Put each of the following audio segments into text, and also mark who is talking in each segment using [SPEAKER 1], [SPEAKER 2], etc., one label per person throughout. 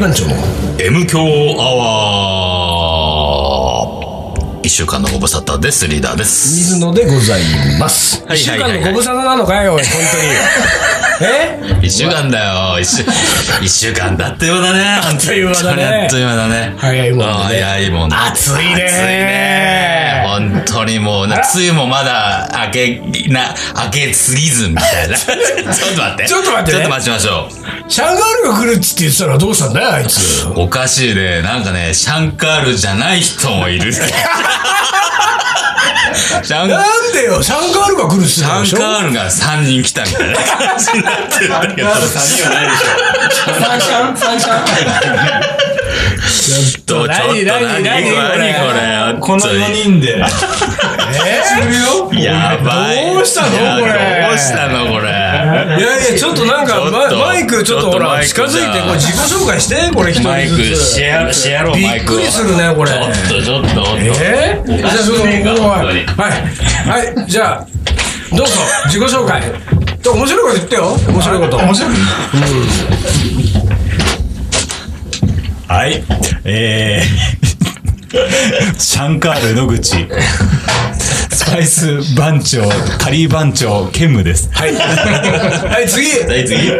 [SPEAKER 1] 番長の
[SPEAKER 2] M 強アワー一週間のご無沙汰です。リーダーです。
[SPEAKER 1] 水野でございます。
[SPEAKER 2] はい
[SPEAKER 1] 一週
[SPEAKER 2] はい
[SPEAKER 1] 間
[SPEAKER 2] はい
[SPEAKER 1] のご無沙汰なのかよ、おい本当に。え
[SPEAKER 2] 一週間だよ。一週、 一週間だってようだね。あっ
[SPEAKER 1] という間だね
[SPEAKER 2] あっという間だね。
[SPEAKER 1] 早いもんだね
[SPEAKER 2] あ早いもんだ
[SPEAKER 1] 暑いね
[SPEAKER 2] 暑いね。本当にもうね、梅雨もまだ明け、な、明けすぎずみたい な。ちょっと待って。
[SPEAKER 1] ちょっと待ってね
[SPEAKER 2] ちょっと待ちましょ
[SPEAKER 1] シャンガールが来るっつって言ってたらどうしたんだよ、あいつ。
[SPEAKER 2] う。おかしいね。なんかね、シャンカールじゃない人も いる。シャンカール
[SPEAKER 1] なんでよ、シャンガールが来るっつってた
[SPEAKER 2] タ
[SPEAKER 1] で
[SPEAKER 2] ン
[SPEAKER 1] しょ
[SPEAKER 2] カールが3人来たみたいな感じになってるんだけど。
[SPEAKER 3] 三シャン三シャン
[SPEAKER 1] ちょっ
[SPEAKER 2] ちょっと何何何これ
[SPEAKER 3] この4人で。
[SPEAKER 1] えー
[SPEAKER 2] やばい。
[SPEAKER 1] どうしたの
[SPEAKER 2] いや
[SPEAKER 1] これ
[SPEAKER 2] どうしたのこれ。
[SPEAKER 1] いやいや、ちょっとなん
[SPEAKER 2] ちょ
[SPEAKER 1] か、
[SPEAKER 2] っと
[SPEAKER 1] ママイクちょっとほ
[SPEAKER 2] ちょっとマ
[SPEAKER 1] ら、
[SPEAKER 2] イク
[SPEAKER 1] 近づい
[SPEAKER 2] じ
[SPEAKER 1] て、
[SPEAKER 2] ゃあ
[SPEAKER 1] これ自己紹介して、これ一
[SPEAKER 2] マイ
[SPEAKER 1] 人
[SPEAKER 2] ク
[SPEAKER 1] ずつ。
[SPEAKER 2] してやしてやろう、
[SPEAKER 1] び
[SPEAKER 2] マイ
[SPEAKER 1] っ
[SPEAKER 2] クを。
[SPEAKER 1] くりするね、これ。
[SPEAKER 2] ちょっと、ちょっと、
[SPEAKER 1] えー、じゃあ、その、
[SPEAKER 2] ねえか
[SPEAKER 1] もう
[SPEAKER 2] 本当
[SPEAKER 1] は
[SPEAKER 2] に
[SPEAKER 1] い。はい。じゃあ、どうぞ、自己紹介。ちょ面白いこと言ってよ。面白いこと。面白い
[SPEAKER 3] はい。えー、シャンカール野口。スパイス番長、カリー番長、ケムです。
[SPEAKER 1] はい。 はい、次。
[SPEAKER 2] はい、次。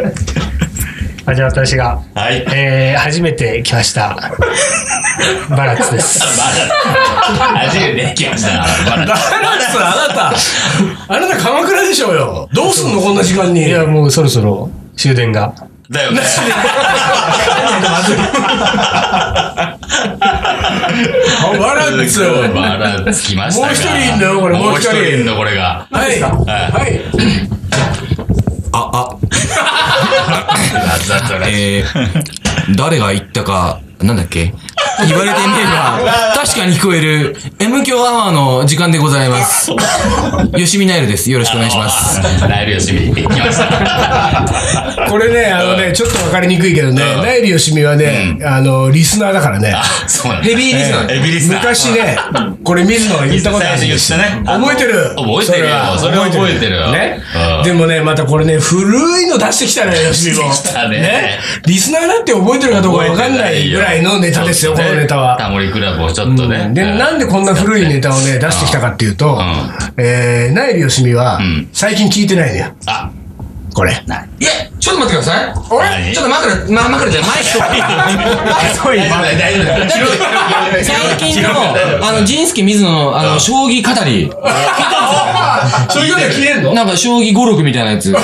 [SPEAKER 4] あじゃあ私が、
[SPEAKER 2] はい。
[SPEAKER 4] えー、初めて来ました。バラッツです。
[SPEAKER 2] まだ、初めて来ました。まだ、
[SPEAKER 1] あなた、あなた、あなた鎌倉でしょうよ。どうすんの、こんな時間に。
[SPEAKER 4] いや、もうそろそろ終電が。
[SPEAKER 2] だよね。
[SPEAKER 1] 笑っつよ。は
[SPEAKER 2] まだ、来ましたが。
[SPEAKER 1] もう一人いんだよこれも
[SPEAKER 2] も
[SPEAKER 1] う
[SPEAKER 2] う
[SPEAKER 1] 一
[SPEAKER 2] 一
[SPEAKER 1] 人
[SPEAKER 2] 人いんだ、これが。
[SPEAKER 1] い。はい。
[SPEAKER 5] あ、
[SPEAKER 2] あざと
[SPEAKER 5] あ、
[SPEAKER 2] らしい
[SPEAKER 5] えー、誰が言ったか、なんだっけ言われてみれ ば、確かに聞こえる、M 強アワーの時間でございます。吉見ナイルです。よろしくお願いします。
[SPEAKER 2] ナイルよしみ、来ました。
[SPEAKER 1] これね、あのね、ちょっとわかりにくいけどね、ナイリよしみはね、あの、リスナーだからね。
[SPEAKER 2] そうなんだ
[SPEAKER 5] ヘビーリスナー
[SPEAKER 2] ヘビーリスナー。
[SPEAKER 1] 昔ね、これ水野が言ったことあるんですよ
[SPEAKER 2] 水野最初言ってたねあの
[SPEAKER 1] 覚えてる
[SPEAKER 2] 覚えてるよそれは覚えてるよ
[SPEAKER 1] ね
[SPEAKER 2] うん。
[SPEAKER 1] でもね、またこれね、古いの出してきたね、よしみも
[SPEAKER 2] 出してきたね。
[SPEAKER 1] リスナーだって覚えてるかどうかわかんないぐらいのネタですよ、このネタは。
[SPEAKER 2] タモリクラブをちょっとね。
[SPEAKER 1] で、
[SPEAKER 2] うん
[SPEAKER 1] なんでこんな古いネタをね、出してきたかっていうと、えー、ナイルよしみは
[SPEAKER 2] ん、
[SPEAKER 1] 最近聞いてないのよ。
[SPEAKER 2] あ、
[SPEAKER 1] これ。
[SPEAKER 5] いや、ちょっと待ってください。
[SPEAKER 2] 何
[SPEAKER 5] ちょっと枕、ま、枕じゃないマイク
[SPEAKER 2] 大丈夫だよ大丈夫だよ広い
[SPEAKER 5] 最近の、あの、ジンスケ水野の、あの、将 棋語り。
[SPEAKER 1] そういうの聞いてんの
[SPEAKER 5] なんか、将棋語録みたいなや つ。長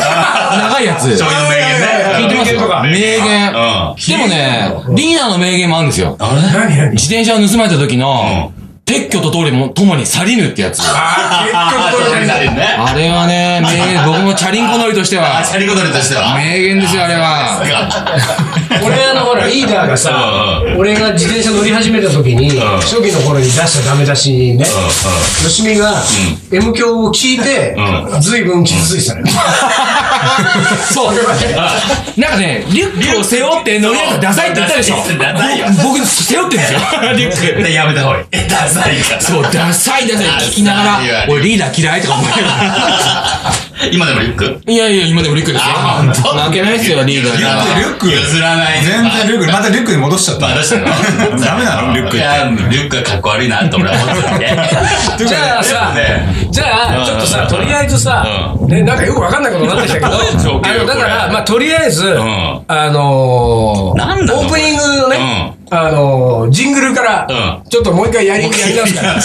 [SPEAKER 5] いやつ。
[SPEAKER 2] 醤油の名言ね。
[SPEAKER 5] 聞いてますか名言。
[SPEAKER 2] うん。
[SPEAKER 5] でもね、リーダーの名言もあるんですよ。
[SPEAKER 1] 何何
[SPEAKER 5] 自転車を盗まれた時の、撤去と通りも、ともに去りぬってやつ。
[SPEAKER 1] あー、結局これ何
[SPEAKER 2] ね。
[SPEAKER 5] あれはね、名言、僕もチャリンコ乗りとして
[SPEAKER 2] あ、
[SPEAKER 5] は、
[SPEAKER 2] チャリコドリとしては。
[SPEAKER 5] 名言ですよ、あれは。
[SPEAKER 4] 俺あの、ほら、リーダー が
[SPEAKER 2] さうん
[SPEAKER 4] 俺が自転車乗り始めた時に、
[SPEAKER 1] 初期の頃に出したダメ出しにね、よしみが、M 響を聞いて、随分傷ついてたのよ。
[SPEAKER 5] そう。なんかね、リュックを背負って乗り上げたらダサいって言ったでしょ。
[SPEAKER 2] ダサいよ
[SPEAKER 5] 僕、僕背負ってるんですよ。リュック。
[SPEAKER 2] 絶対やめた方がいい。ダサいから。
[SPEAKER 5] そう、ダサいダサい聞きながら
[SPEAKER 2] ダサいわ、
[SPEAKER 5] 俺リーダー嫌いとか思いながら。
[SPEAKER 2] 今でもリュック
[SPEAKER 5] いやいや、今でもリュックですよ。負けないですよ、リーダーには。
[SPEAKER 3] リュック
[SPEAKER 2] 譲らない。
[SPEAKER 3] 全然リュック、またリュックに戻しちゃっ
[SPEAKER 2] まあ、
[SPEAKER 3] た。
[SPEAKER 2] 出したの
[SPEAKER 3] ダメなのリュック
[SPEAKER 2] いや、リュックはかっこ悪いなって俺は思ってたね。
[SPEAKER 1] じゃあさ、じゃあ、ちょっとさ、とりあえずさ、ね、なんかよくわかんないことになってきたけど、
[SPEAKER 2] うん
[SPEAKER 1] あのだから、まあ、とりあえず、
[SPEAKER 2] ん
[SPEAKER 1] あのー
[SPEAKER 2] なんなの
[SPEAKER 1] オープニングのね、あのージングルから、
[SPEAKER 2] う
[SPEAKER 1] ちょっともう一回やり、やり直すから、ね、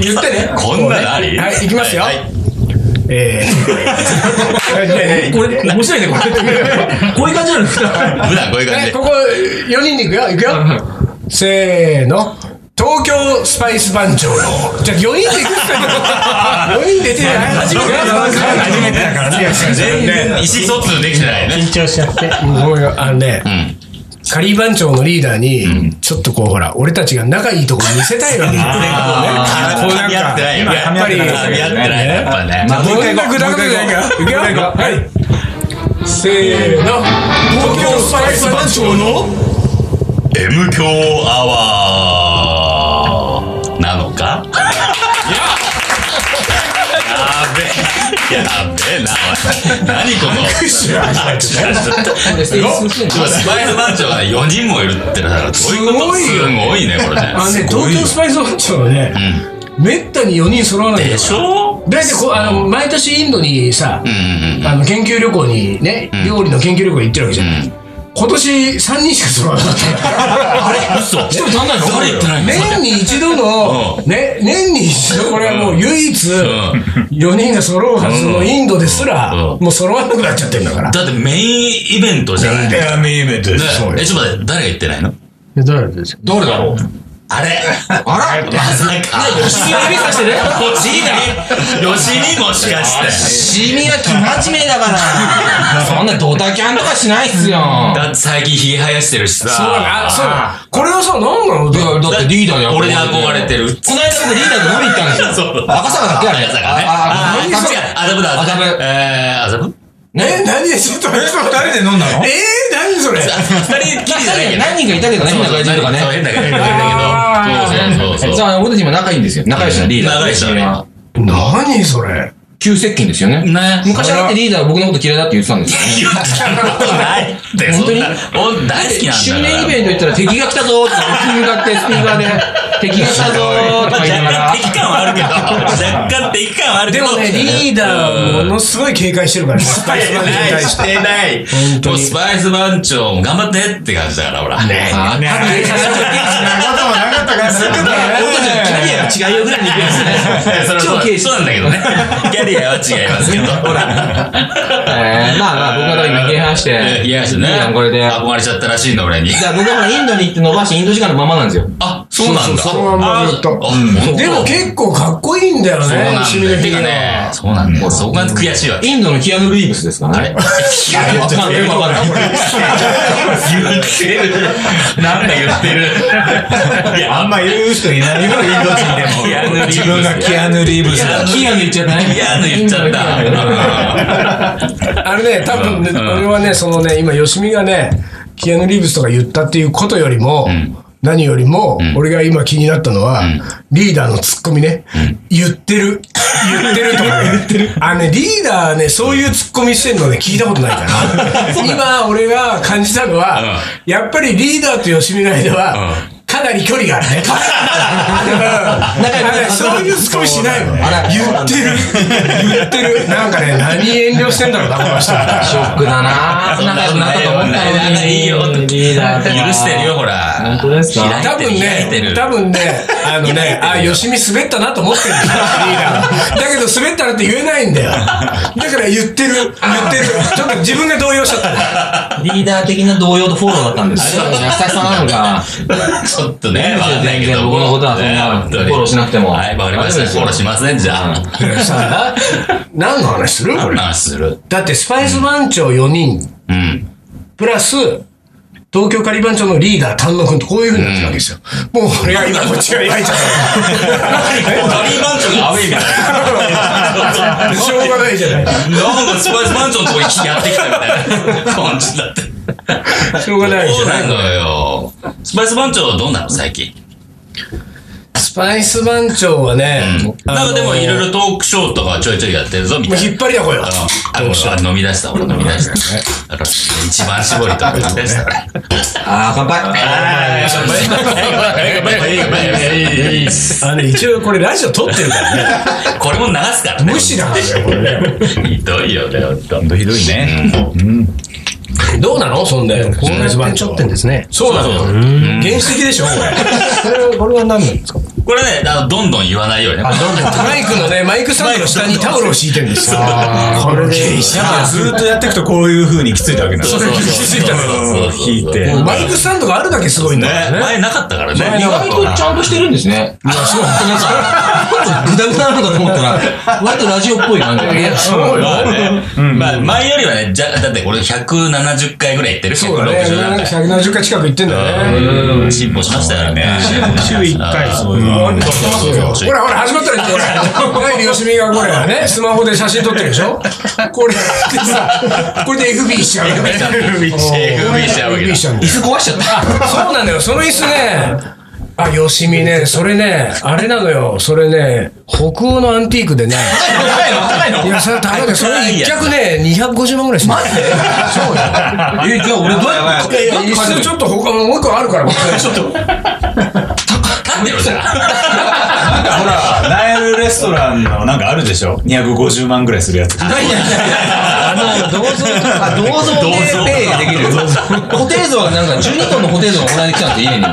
[SPEAKER 1] 言ってね。
[SPEAKER 2] こんなのあり
[SPEAKER 1] はい、行きますよ。
[SPEAKER 2] はいはい
[SPEAKER 1] えーねね
[SPEAKER 5] これ、面白いね、これ。こういう感じなの
[SPEAKER 2] 普段こういう感
[SPEAKER 1] ね
[SPEAKER 2] じで
[SPEAKER 1] こ。こ、4人で行くよ、行くよ。せーの。東京スパイス番長の。じゃあ、4人で行くっすか ?4 人で行ってない 初めて初めてだからね。
[SPEAKER 2] 全然意思疎通できてないね。
[SPEAKER 4] 緊張しちゃって。
[SPEAKER 1] ごめんよあのね、カリー番長のリーダーに、ちょっとこうほら、俺たちが仲いいとこ見せたいわけよ。
[SPEAKER 2] あー
[SPEAKER 1] こうなん
[SPEAKER 2] やって
[SPEAKER 1] か、
[SPEAKER 2] ないよ。
[SPEAKER 1] やっぱり、
[SPEAKER 2] やってないね。やっぱね。
[SPEAKER 1] もう一回行こう。もう一回行こう。はい。せーの。東京スパイス番長の
[SPEAKER 2] M 強アワーなのかやべえやべえなおい何この
[SPEAKER 1] 拍手が始まってね
[SPEAKER 2] ちょっとスパイス番長がね4人もいるってのは、す
[SPEAKER 1] すごい
[SPEAKER 2] す
[SPEAKER 1] よ
[SPEAKER 2] ごいね、これね。
[SPEAKER 1] あのね、東京スパイス番長はね、めったに4人揃わないんだ
[SPEAKER 2] で
[SPEAKER 1] か
[SPEAKER 2] し
[SPEAKER 1] ら。
[SPEAKER 2] ょ
[SPEAKER 1] だいたいこう、あの、毎年インドにさ、
[SPEAKER 2] うんうん
[SPEAKER 1] あの、研究旅行にね、料理の研究旅行に行ってるわけじゃない。今年3人しか揃わなか った。あれ
[SPEAKER 2] 嘘
[SPEAKER 5] 一人足んないの
[SPEAKER 2] 誰言ってないの
[SPEAKER 1] 年に一度の、ね、年に一度これはもう唯一、4人が揃うはずのインドですら、
[SPEAKER 2] うん
[SPEAKER 1] もう揃わなくなっちゃってるんだから。
[SPEAKER 2] だってメインイベントじゃない。ね
[SPEAKER 3] や、メインイベントで
[SPEAKER 2] え、ちょっと待って、誰が言ってないの
[SPEAKER 4] でどうやるんですか
[SPEAKER 5] 誰だろう
[SPEAKER 2] あれ
[SPEAKER 5] あら
[SPEAKER 2] まさか。
[SPEAKER 5] シミを指さしてね。
[SPEAKER 2] しみだ。よしみもしかして。
[SPEAKER 5] シミは生真面目だから。 そんなドタキャンとかしないっすよ。
[SPEAKER 2] だって最近ひげ生やしてるしさ。
[SPEAKER 1] そうだ、あそうだ。これはさ、何なの
[SPEAKER 5] いや、だってリーダーに
[SPEAKER 2] 俺に憧れて
[SPEAKER 5] る。
[SPEAKER 2] る。
[SPEAKER 5] この間僕リーダーと飲み行ったんですよ。
[SPEAKER 2] そう
[SPEAKER 5] 赤坂だっけあれ。
[SPEAKER 2] 赤坂ね。
[SPEAKER 5] あ
[SPEAKER 2] あ、
[SPEAKER 5] あ
[SPEAKER 2] 違う
[SPEAKER 5] 赤坂。。
[SPEAKER 2] 麻布だ。
[SPEAKER 5] 麻布
[SPEAKER 2] えー、麻布
[SPEAKER 1] え、何ちょっと、え、
[SPEAKER 3] 誰で飲んだの
[SPEAKER 1] 何それ
[SPEAKER 2] 二人きりじゃないけど。
[SPEAKER 5] 何人かいたけどね、変な外人とかね。
[SPEAKER 2] そう、変な外人だけど。そうそうそう
[SPEAKER 5] じ
[SPEAKER 2] そう。
[SPEAKER 5] ゃあ、俺たちも仲いいんですよ。仲良しのリーダー。
[SPEAKER 2] 仲良しだね
[SPEAKER 1] 何それ
[SPEAKER 5] 急接近ですよね。
[SPEAKER 2] ね。
[SPEAKER 5] 昔だってリーダーは僕のこと嫌いだって言ってたんですよ
[SPEAKER 2] 言っ
[SPEAKER 5] ね。
[SPEAKER 2] たことないって、
[SPEAKER 5] 本当に
[SPEAKER 2] そんな。お大好きなんだから。
[SPEAKER 5] 周年イベント行ったら敵が来たぞーって、僕に向かってスピーカーで、敵が来たぞーと
[SPEAKER 2] まあ
[SPEAKER 5] か言いなが
[SPEAKER 2] 若
[SPEAKER 5] ら
[SPEAKER 2] 干。敵感はあるけど、若干敵感はあるけ
[SPEAKER 1] で
[SPEAKER 2] ど。
[SPEAKER 1] もね、リーダーはものすごい警戒してるからね。スパイス番長に対して
[SPEAKER 2] してない。
[SPEAKER 1] 本当に
[SPEAKER 2] もうスパイス番長も頑張ってって感じだから、ほら。ね
[SPEAKER 5] あ
[SPEAKER 3] ねえ。なこともなかったから、す
[SPEAKER 2] 俺
[SPEAKER 3] ぐ
[SPEAKER 2] たちのキャリアが違うよぐらいにいきますね。それはそう
[SPEAKER 5] 超軽視
[SPEAKER 2] そうなんだけどね。キャリアは違いますけど、ほら。
[SPEAKER 5] えーまあまあ、僕はだから今、批判し て。
[SPEAKER 2] いや、そうね
[SPEAKER 5] リーダーのこれで。。
[SPEAKER 2] 憧れちゃったらしいんだ、俺に。
[SPEAKER 5] だから僕はほらインドに行って伸ばしてインド時間のままなんですよ。
[SPEAKER 2] あ、そうなんだ。
[SPEAKER 1] そうそうそのままずっと
[SPEAKER 2] あうん
[SPEAKER 1] でも結構かっこいいんだよね、
[SPEAKER 2] そうなん
[SPEAKER 1] シミ
[SPEAKER 2] だ
[SPEAKER 1] の
[SPEAKER 2] よ。
[SPEAKER 1] 日
[SPEAKER 2] てか
[SPEAKER 1] が
[SPEAKER 2] ね、そうなんだよ。そこが悔しいわ。
[SPEAKER 5] インドのキアヌ・リーブスですからね。いや、わかんない。よくわかんない。
[SPEAKER 2] 言ってる。なんだ言ってる。いや、
[SPEAKER 3] あんま言う人いないよ、インド
[SPEAKER 2] キア
[SPEAKER 3] 人
[SPEAKER 2] ヌリー
[SPEAKER 3] でも。
[SPEAKER 2] ブス
[SPEAKER 3] 自分がキアヌ・リーブスだ。
[SPEAKER 5] キアヌ言っちゃったね。
[SPEAKER 2] キアヌ言っちゃった。
[SPEAKER 5] インドのキアヌ
[SPEAKER 1] あれね、多分ね、
[SPEAKER 2] うん
[SPEAKER 1] 俺はね、そのね、今、よしみがね、キアヌ・リーブスとか言ったっていうことよりも、何よりも、俺が今気になったのは、リーダーのツッコミね、言ってる、言ってるとかね、あのね、リーダーね、そういうツッコミしてんのね、聞いたことない から、今、俺が感じたのは、やっぱりリーダーとよしみの間は、かなり距離がある ね。だからねそういうツッコミしないもん。言
[SPEAKER 5] あら
[SPEAKER 1] ってる。言ってる。 なんかね、何遠慮してんだろうな、この 人。
[SPEAKER 5] ショックだな
[SPEAKER 2] そんな
[SPEAKER 5] 仲良
[SPEAKER 2] こ
[SPEAKER 5] く
[SPEAKER 2] と
[SPEAKER 5] なっ
[SPEAKER 2] な
[SPEAKER 5] た
[SPEAKER 2] い
[SPEAKER 5] と
[SPEAKER 2] よ。
[SPEAKER 5] 思っ
[SPEAKER 2] な
[SPEAKER 5] た
[SPEAKER 2] ん
[SPEAKER 5] の
[SPEAKER 2] かい
[SPEAKER 5] に。
[SPEAKER 2] いよ。許
[SPEAKER 5] リーダーだな
[SPEAKER 2] してるよ、ほら。
[SPEAKER 5] 本当ですか
[SPEAKER 2] 開い
[SPEAKER 1] 多
[SPEAKER 2] てる
[SPEAKER 1] 分
[SPEAKER 2] 開いて
[SPEAKER 1] ね
[SPEAKER 2] る、
[SPEAKER 1] 多分ね、あ のね、あ、よしみ滑ったなと思ってるんだよ、リーダー。だけど滑ったなって言えないんだよ。だから言ってる、言ってる。ちょっと自分が動揺しちゃった。
[SPEAKER 5] リーダー的な動揺とフォローだったんですよ。安田さんなのか。
[SPEAKER 2] ちょっとね、わかんないけ
[SPEAKER 5] 全
[SPEAKER 2] ど。
[SPEAKER 5] 然僕のことはそんな
[SPEAKER 2] 本当に
[SPEAKER 5] フォローしなくても
[SPEAKER 2] はい、わかりまし
[SPEAKER 5] 大丈夫
[SPEAKER 2] た。フ
[SPEAKER 5] ですよ
[SPEAKER 2] ォローしません、じゃあ。
[SPEAKER 1] さあ、何の話するこれ。
[SPEAKER 2] まあ、する。
[SPEAKER 1] だって、スパイス番長4人、
[SPEAKER 2] うん。
[SPEAKER 1] プラス、東京カリバン町のリーダー、丹野君とこういう風になってるわけですよ。もう俺が今こっちが開いちゃった。
[SPEAKER 2] カリー番長がアウェイみたいな。
[SPEAKER 1] しょうがないじゃない。
[SPEAKER 2] なんかスパイス番長のとこにやってきたみた いな感じだって。
[SPEAKER 1] しょうがないじ
[SPEAKER 2] そ
[SPEAKER 1] ゃ
[SPEAKER 2] う
[SPEAKER 1] な。
[SPEAKER 2] ないのよ。スパイス番長はどうなの最近。
[SPEAKER 1] スパイス番長はね、
[SPEAKER 2] なんかでもいろいろトークショーとかちょいちょいやってるぞ、み
[SPEAKER 1] も
[SPEAKER 2] た
[SPEAKER 1] う
[SPEAKER 2] いな。
[SPEAKER 1] 引っ張りだこよ。
[SPEAKER 2] あの、あ飲み出した、俺飲み出した。だから、一番絞りとか飲み出したから。
[SPEAKER 5] あー、乾杯。
[SPEAKER 1] あのね、一応これラジオ撮ってるからね。
[SPEAKER 2] これも流すからね。
[SPEAKER 1] 無視だからね、これね。
[SPEAKER 2] ひどいよね、ほんと。
[SPEAKER 3] ひどいね。
[SPEAKER 1] どうなのそんで、スパイス番長
[SPEAKER 4] 撮ってんですね。
[SPEAKER 1] そうなのよ。原始的でしょ、これ。これ、これは何なんですか
[SPEAKER 2] これね、あの、どんどん言わないようにね。
[SPEAKER 1] マイクのね、マイクサンドの下にタオルを敷いてるんですよ。これ原始
[SPEAKER 3] だからずっとやっていくとこういう風にきついわけなんだ
[SPEAKER 2] そうそうそうそうそう。
[SPEAKER 3] 引いて
[SPEAKER 2] ね
[SPEAKER 1] 的。マイクサンドがあるだけすごいんだからね。
[SPEAKER 2] 前なかったからね。
[SPEAKER 5] 意外とちゃんとしてるんですね。あ、そう。なんか、グダグダなのかと思ったら、割とラジオっぽい感じ。いや、そうよ。
[SPEAKER 2] まあねまあ、前よりはね、じゃ、だって俺170回ぐらい行ってる。
[SPEAKER 1] そうだね。
[SPEAKER 2] 160回。
[SPEAKER 1] 170回近く行ってんだね。
[SPEAKER 2] うん進歩しましたよね。
[SPEAKER 3] 週1回、そういうの。
[SPEAKER 1] ほらほら、始まったらこれ。前によしみがこれはね、スマホで写真撮ってるでしょこれでさ、これで FB しちゃうよね。
[SPEAKER 2] FB しちゃうわけだ
[SPEAKER 1] FB しちゃうんだ
[SPEAKER 5] 椅
[SPEAKER 1] よ
[SPEAKER 5] 子壊しちゃった。
[SPEAKER 1] そうなのよ、その椅子ね、あ、よしみね、それね、あれなのよ、それね、北欧のアンティークでね、
[SPEAKER 2] 高いの高いの
[SPEAKER 1] いや、それは高いで、それ
[SPEAKER 2] 高い
[SPEAKER 1] 一
[SPEAKER 2] やつ
[SPEAKER 1] 着ね、250万ぐらいします。そうよ。
[SPEAKER 5] え、じゃあ俺どうやっ
[SPEAKER 1] いやいや、椅子ちょっと他ももう一個あるから、僕
[SPEAKER 2] ちょっと、立ってろじゃん。
[SPEAKER 3] なんかほら、ナエルレストランのなんかあるでしょ ?250 万ぐらいするやつ。
[SPEAKER 5] いやいやいやあの、銅像とか、銅像でペイできる。固定像がなんか12トンの固定像がもらいに来たんで家に。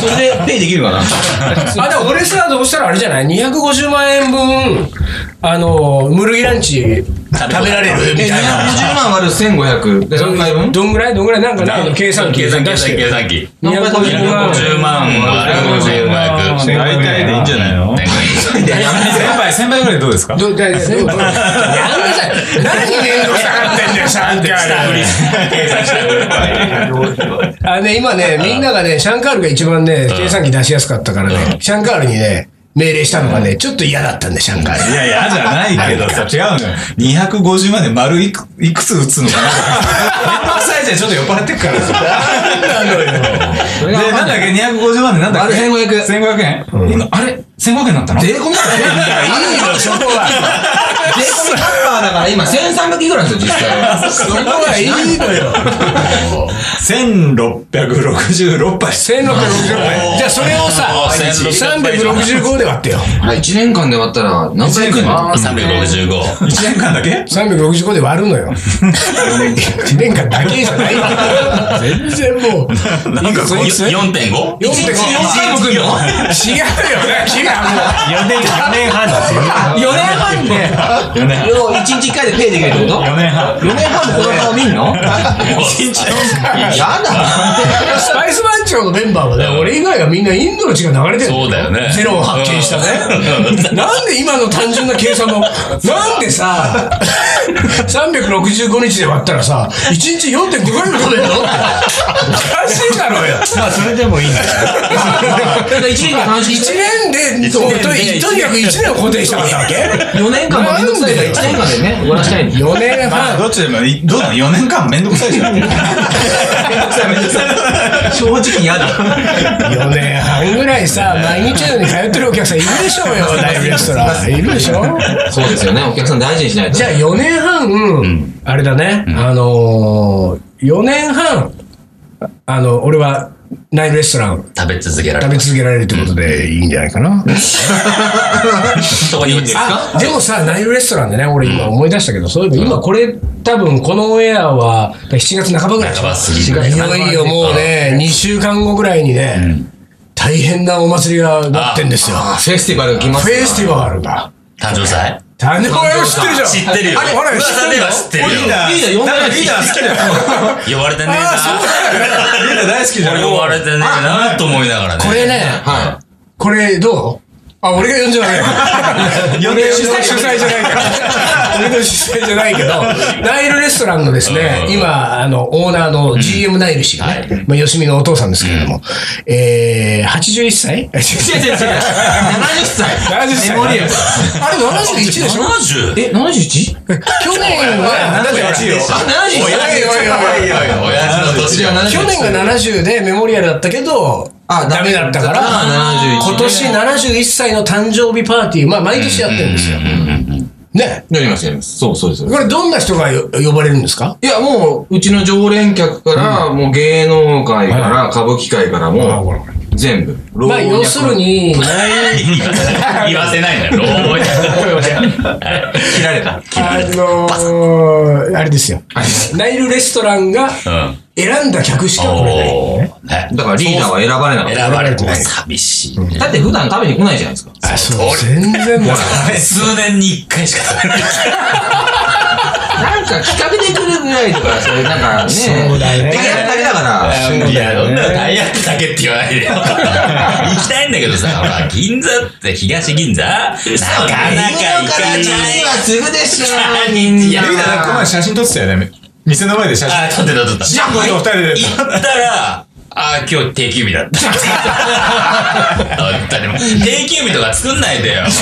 [SPEAKER 5] それでペイできるかな。
[SPEAKER 1] あ、でも俺さ、どうしたらあれじゃない ?250 万円分、あの、ムルギランチ食べられるみたいな。
[SPEAKER 5] 250万割る1500。で、何回分
[SPEAKER 1] どんぐらいどんぐらいなんかなんか計算機
[SPEAKER 2] 計
[SPEAKER 1] 出
[SPEAKER 2] 算機、計
[SPEAKER 1] し
[SPEAKER 2] 算機、
[SPEAKER 1] て
[SPEAKER 2] 計
[SPEAKER 1] よ。
[SPEAKER 2] 算機。
[SPEAKER 1] 250
[SPEAKER 2] 250万割る
[SPEAKER 3] 大
[SPEAKER 2] 5500。
[SPEAKER 3] 体でいいんじゃないの
[SPEAKER 2] 年間
[SPEAKER 3] 先輩、先輩ぐらいどうですか
[SPEAKER 1] ど、だいや、でも、やんなさい。何連動したがってんだよ、シャンカ
[SPEAKER 2] 計算してる。
[SPEAKER 1] ール。あ、ね、今ね、みんながね、シャンカールが一番ね、計算機出しやすかったからね、シャンカールにね、命令したのがね、ちょっと嫌だったんだよ、シャンカール。
[SPEAKER 3] いやいや、じゃないけど さ、違うのよ。250まで丸いくいくつ打つのかなメンバーサイズでちょっと酔っ払ってっからさ。で、なんだっけ ?250 万でなんだっけ
[SPEAKER 5] 丸1500
[SPEAKER 3] ?1500 円、今あれ ?1500 円になったの
[SPEAKER 5] 税込みだからね。いいよ、そこは。税込みカッパーだから今1300いくらなんですよ、実際は。そこ
[SPEAKER 1] はいいのよ。
[SPEAKER 3] ?1666 杯。
[SPEAKER 1] 1660円。じゃあそれをさ、365で割ってよ。
[SPEAKER 5] 1年間で割ったら何回いくの
[SPEAKER 2] 365。
[SPEAKER 3] 1年間だけ
[SPEAKER 1] 365で割るのよ。1年間だけじゃないよ全然もう。
[SPEAKER 3] なんかこいつ
[SPEAKER 2] 4.5? 4.5
[SPEAKER 1] 四点
[SPEAKER 5] 回も来んの
[SPEAKER 1] 違うよね。違う。
[SPEAKER 3] 4年半。4年半ですよ。
[SPEAKER 5] ?4 年半で、
[SPEAKER 3] 4年半。
[SPEAKER 5] 要は1日1回でペイできるってこと
[SPEAKER 3] 4年半。
[SPEAKER 5] 4年半もこの顔見んのやだ
[SPEAKER 1] もう。スパイス番長のメンバーはね、俺以外はみんなインドの血が流れてる
[SPEAKER 2] そうだよね
[SPEAKER 1] ゼロを発見したね。 なんで今の単純な計算も、なんでさ、365日で割ったらさ、1日4.5回も食べるのっておかしいだろうよ。
[SPEAKER 3] まあ、それでもいいんだよ。
[SPEAKER 5] だから1年間短縮して
[SPEAKER 1] 1年で、ととにかく1年を固定したかったわけ
[SPEAKER 5] 4年間もめんどくさいから1年間でね、終わらしたいんだよ。
[SPEAKER 1] ?4 年
[SPEAKER 3] まあ、
[SPEAKER 1] 半。
[SPEAKER 3] どっちでもいい。どうなの ?4 年間めんどくさいじゃん。 めんどくさい、めんどくさい。
[SPEAKER 5] 正直嫌だ。
[SPEAKER 1] 4年半ぐらいさ、毎日のように通ってるお客さんいるでしょうよ、ライブレストラン。いるでしょ
[SPEAKER 5] そうですよね、お客さん大事にしないと。
[SPEAKER 1] じゃあ4年半、あれだね、あのー、4年半、あの、俺は、ナイルレストラン
[SPEAKER 2] 食べ続けられ
[SPEAKER 1] 食
[SPEAKER 2] る。
[SPEAKER 1] べ続けられるってことでいいんじゃないかな。
[SPEAKER 2] そこにいいんですか
[SPEAKER 1] あでもさ、ナイルレストランでね、俺今思い出したけど、そういえば今これ、多分このオンエアは、7月半ばぐらいでしょ
[SPEAKER 2] 半ば過ぎる
[SPEAKER 1] いよいよもうね、2週間後ぐらいにね、大変なお祭りがなってんですよ。
[SPEAKER 5] フェスティバルが来ます
[SPEAKER 1] フ
[SPEAKER 5] から
[SPEAKER 1] ェスティバルが。
[SPEAKER 2] 誕生祭
[SPEAKER 1] 誕生日を知ってるじゃん。
[SPEAKER 2] 知ってるよ。
[SPEAKER 1] あれ、俺知ってる
[SPEAKER 2] で
[SPEAKER 1] よ。
[SPEAKER 2] は知ってるよ。
[SPEAKER 5] リーダー呼んだら
[SPEAKER 3] リーダー好きだよ。
[SPEAKER 2] 呼ばれてねえ
[SPEAKER 1] あそうだよね
[SPEAKER 3] リーダー大好きじゃん。
[SPEAKER 2] な。呼ばれてねえなと思いながらね。
[SPEAKER 1] これね、
[SPEAKER 5] は
[SPEAKER 1] これどうあ、俺が呼んじゃ ないよ。俺の主催じゃない から。俺の主催じゃないけど、ナイルレストランのですね、
[SPEAKER 2] うん
[SPEAKER 1] 今、あの、オーナーの GM ナイル氏がね、まあ、吉見のお父さんですけれども、えー、81歳
[SPEAKER 5] い。違う違う違う。70歳。
[SPEAKER 1] 70歳
[SPEAKER 5] メモリアム
[SPEAKER 1] あれ71でしょ去
[SPEAKER 2] 70?
[SPEAKER 5] え、71?
[SPEAKER 1] 年は、だって
[SPEAKER 3] いよ。
[SPEAKER 5] あ、
[SPEAKER 1] おいおいおい
[SPEAKER 5] 71
[SPEAKER 1] おい
[SPEAKER 2] 親父の年が
[SPEAKER 1] 去年が70でメモリアルだったけど、
[SPEAKER 5] あ
[SPEAKER 1] ダメだったから、
[SPEAKER 5] あ71
[SPEAKER 1] 今年71歳の誕生日パーティー、まあ毎年やってるんですよ。ね。
[SPEAKER 5] やりますやります。そうそうです。
[SPEAKER 1] これどんな人がよ呼ばれるんですか
[SPEAKER 5] いや、もう、うちの常連客から、もう芸能界から、歌舞伎界からも
[SPEAKER 1] あ
[SPEAKER 5] う、全部。
[SPEAKER 1] まあ要する に、
[SPEAKER 2] 言わせないんだよ。老後に
[SPEAKER 5] 切られた。
[SPEAKER 1] あのー、あれですよ。ナイルレストランが
[SPEAKER 2] うん。
[SPEAKER 1] 選んだ客しか来れない。
[SPEAKER 2] おーね
[SPEAKER 5] だからリーダーは選ばれなかった。
[SPEAKER 2] 選ばれてない。寂しい。
[SPEAKER 5] だって普段食べに来ないじゃないですか。
[SPEAKER 1] あ、そう。全然もう。
[SPEAKER 2] 数年に一回しか食べない。
[SPEAKER 5] なんか企画で来るぐらいとか、それなんかね、
[SPEAKER 1] そうだね
[SPEAKER 5] 出来上がっただけだから、
[SPEAKER 2] いや、そんなダイヤってだけって言わない でよ。行きたいんだけどさ、ほら、銀座って東銀座なかなか行かない
[SPEAKER 5] 銀。座はすぐでしょ、銀
[SPEAKER 2] い
[SPEAKER 5] 座
[SPEAKER 2] や
[SPEAKER 3] リーダー、この前写真撮ってたよね。店の前で写真。
[SPEAKER 2] あ、撮ってた撮ってた。
[SPEAKER 5] じゃあ
[SPEAKER 3] こ
[SPEAKER 5] こ
[SPEAKER 3] の
[SPEAKER 5] れ
[SPEAKER 3] 人二人で。
[SPEAKER 2] 行ったら、あー、今日定休日だった。本当にもう定休日とか作んないでよ。
[SPEAKER 5] 休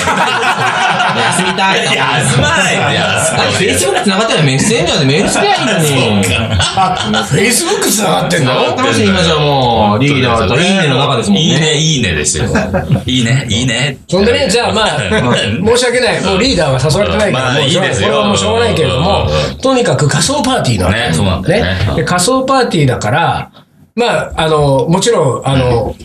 [SPEAKER 5] みたい。
[SPEAKER 2] 休まないでよ。
[SPEAKER 5] なんか Facebook 繋がったらメッセンジャーでメールすりゃいいのに。
[SPEAKER 1] フェイスブック繋がってんの
[SPEAKER 5] あ楽しい今じゃもう、リーダーといいねの中ですもん
[SPEAKER 2] いい
[SPEAKER 5] ね。
[SPEAKER 2] ね、いいねですよ。いいね、いいね。
[SPEAKER 1] そんでね、じゃあま あ、申し訳ない。もうリーダーは誘われてないから、
[SPEAKER 2] まあ
[SPEAKER 1] もう
[SPEAKER 2] いいですよ
[SPEAKER 1] これはもうしょうがないけれども
[SPEAKER 2] うんうんう、
[SPEAKER 1] とにかく仮想パーティーなわけ
[SPEAKER 2] ねそうなんだよねうん
[SPEAKER 1] で仮想パーティーだから、まあ、あの、もちろん、あの、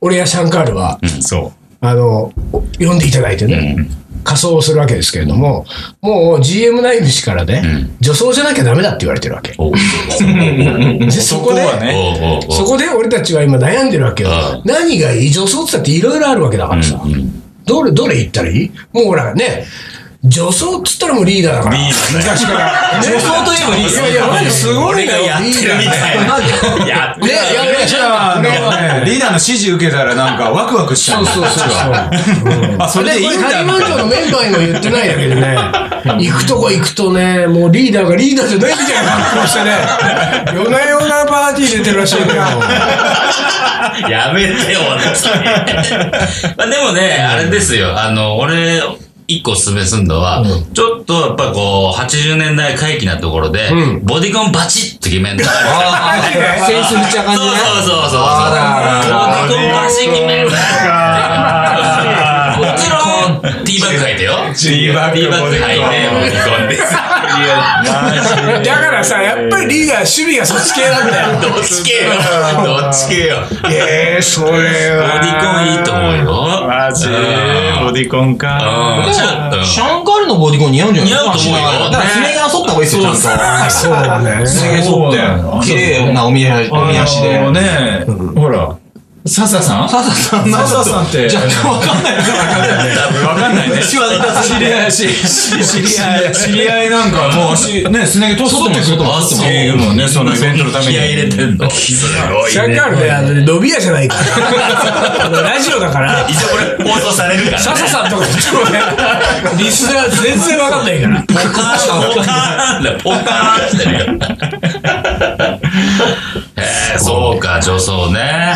[SPEAKER 1] 俺やシャンカールは、
[SPEAKER 2] そ
[SPEAKER 1] あの、呼んでいただいてね、仮装をするわけですけれども、もう GM9 氏からね、女装じゃなきゃダメだって言われてるわけ。
[SPEAKER 2] う。おう
[SPEAKER 1] でそこで、
[SPEAKER 3] はね
[SPEAKER 2] おうおうおう
[SPEAKER 1] そこで俺たちは今悩んでるわけよ
[SPEAKER 2] う。
[SPEAKER 1] 何がいい女装って言ったっていろいろあるわけだからさ。どれ、どれ言ったらいいもうほらね、女装っつったらもうリーダーだから。
[SPEAKER 2] リーダーだよ
[SPEAKER 1] 昔から。
[SPEAKER 5] 女装といえばリーダー
[SPEAKER 1] いやいや、マジすごい
[SPEAKER 2] 俺
[SPEAKER 1] ね
[SPEAKER 2] が。やってるみたいな。やって
[SPEAKER 1] ね、いやいや、じゃあ、ね
[SPEAKER 3] リーダーの指示受けたらなんかワクワクしちゃ
[SPEAKER 1] そううそうそうそう。
[SPEAKER 3] あ、それでいいん
[SPEAKER 1] これ
[SPEAKER 3] だ
[SPEAKER 1] カリ
[SPEAKER 3] み
[SPEAKER 1] マン
[SPEAKER 3] た
[SPEAKER 1] ジ
[SPEAKER 3] い
[SPEAKER 1] ョ
[SPEAKER 3] な
[SPEAKER 1] のメンバーにも言ってないんだけどね、行くとこ行くとね、もうリーダーがリーダーじゃないみたいな格好してね、夜な夜なパーティー出てるらしいんだよ。
[SPEAKER 2] やめてよ、私。まあでもね、あれですよ。あの、俺、一個おすすめすんのは、ちょっとやっぱこう、80年代回帰なところで、
[SPEAKER 1] うん
[SPEAKER 2] ボディコンバチッと決めんの。
[SPEAKER 5] ああ、センス見ちゃ
[SPEAKER 2] そう
[SPEAKER 5] う感
[SPEAKER 2] そうそうそ
[SPEAKER 5] じね。
[SPEAKER 2] うそう。
[SPEAKER 5] あ
[SPEAKER 2] ボディコンバチッ決める。もちろん、ティーバッグ履いてよ。
[SPEAKER 3] ティーバッグ
[SPEAKER 2] ティーバッグ履いて、
[SPEAKER 3] ボ
[SPEAKER 2] ボディコンです。
[SPEAKER 1] だからさ、やっぱりリーダー、守備がそっち系なんだよ。
[SPEAKER 2] どっち系よ。どっち系よ。
[SPEAKER 1] ええ、それ
[SPEAKER 2] ボディコンいいと思うよ。
[SPEAKER 3] マジ
[SPEAKER 2] うん
[SPEAKER 3] ボディコンか。
[SPEAKER 2] うんちょっと。
[SPEAKER 5] シャンカールのボディコン似合うんじゃない
[SPEAKER 2] 似合うと思うよ
[SPEAKER 5] だから、爪毛は剃った方がいいですよ、ちゃんと。
[SPEAKER 1] そうね。
[SPEAKER 5] 爪毛剃って、綺麗なおみやし、おみやしで。
[SPEAKER 3] ね、ほら、笹さん笹さん笹さんって。
[SPEAKER 5] じゃあ、わかんないですわかんない。
[SPEAKER 3] わかんないね。
[SPEAKER 5] シワで立つ
[SPEAKER 3] 知り合い、知り合い、知り合いなんかもうし、ね、すね毛取ってくると思
[SPEAKER 2] そう
[SPEAKER 3] うもんね、そのイベントのために。
[SPEAKER 2] 気合い入れてんの。すごい
[SPEAKER 1] シャン
[SPEAKER 2] ね
[SPEAKER 1] カ。ールね、あのね、伸び屋じゃないから。あのラジオだから、
[SPEAKER 2] 一応これ放送されるから。
[SPEAKER 1] 笹さんとか言ってもね、リスナー全然わかんないから。
[SPEAKER 2] ポカーン、ポカーンだ、ポカーンしてるよ。えー、そうか、女装ね。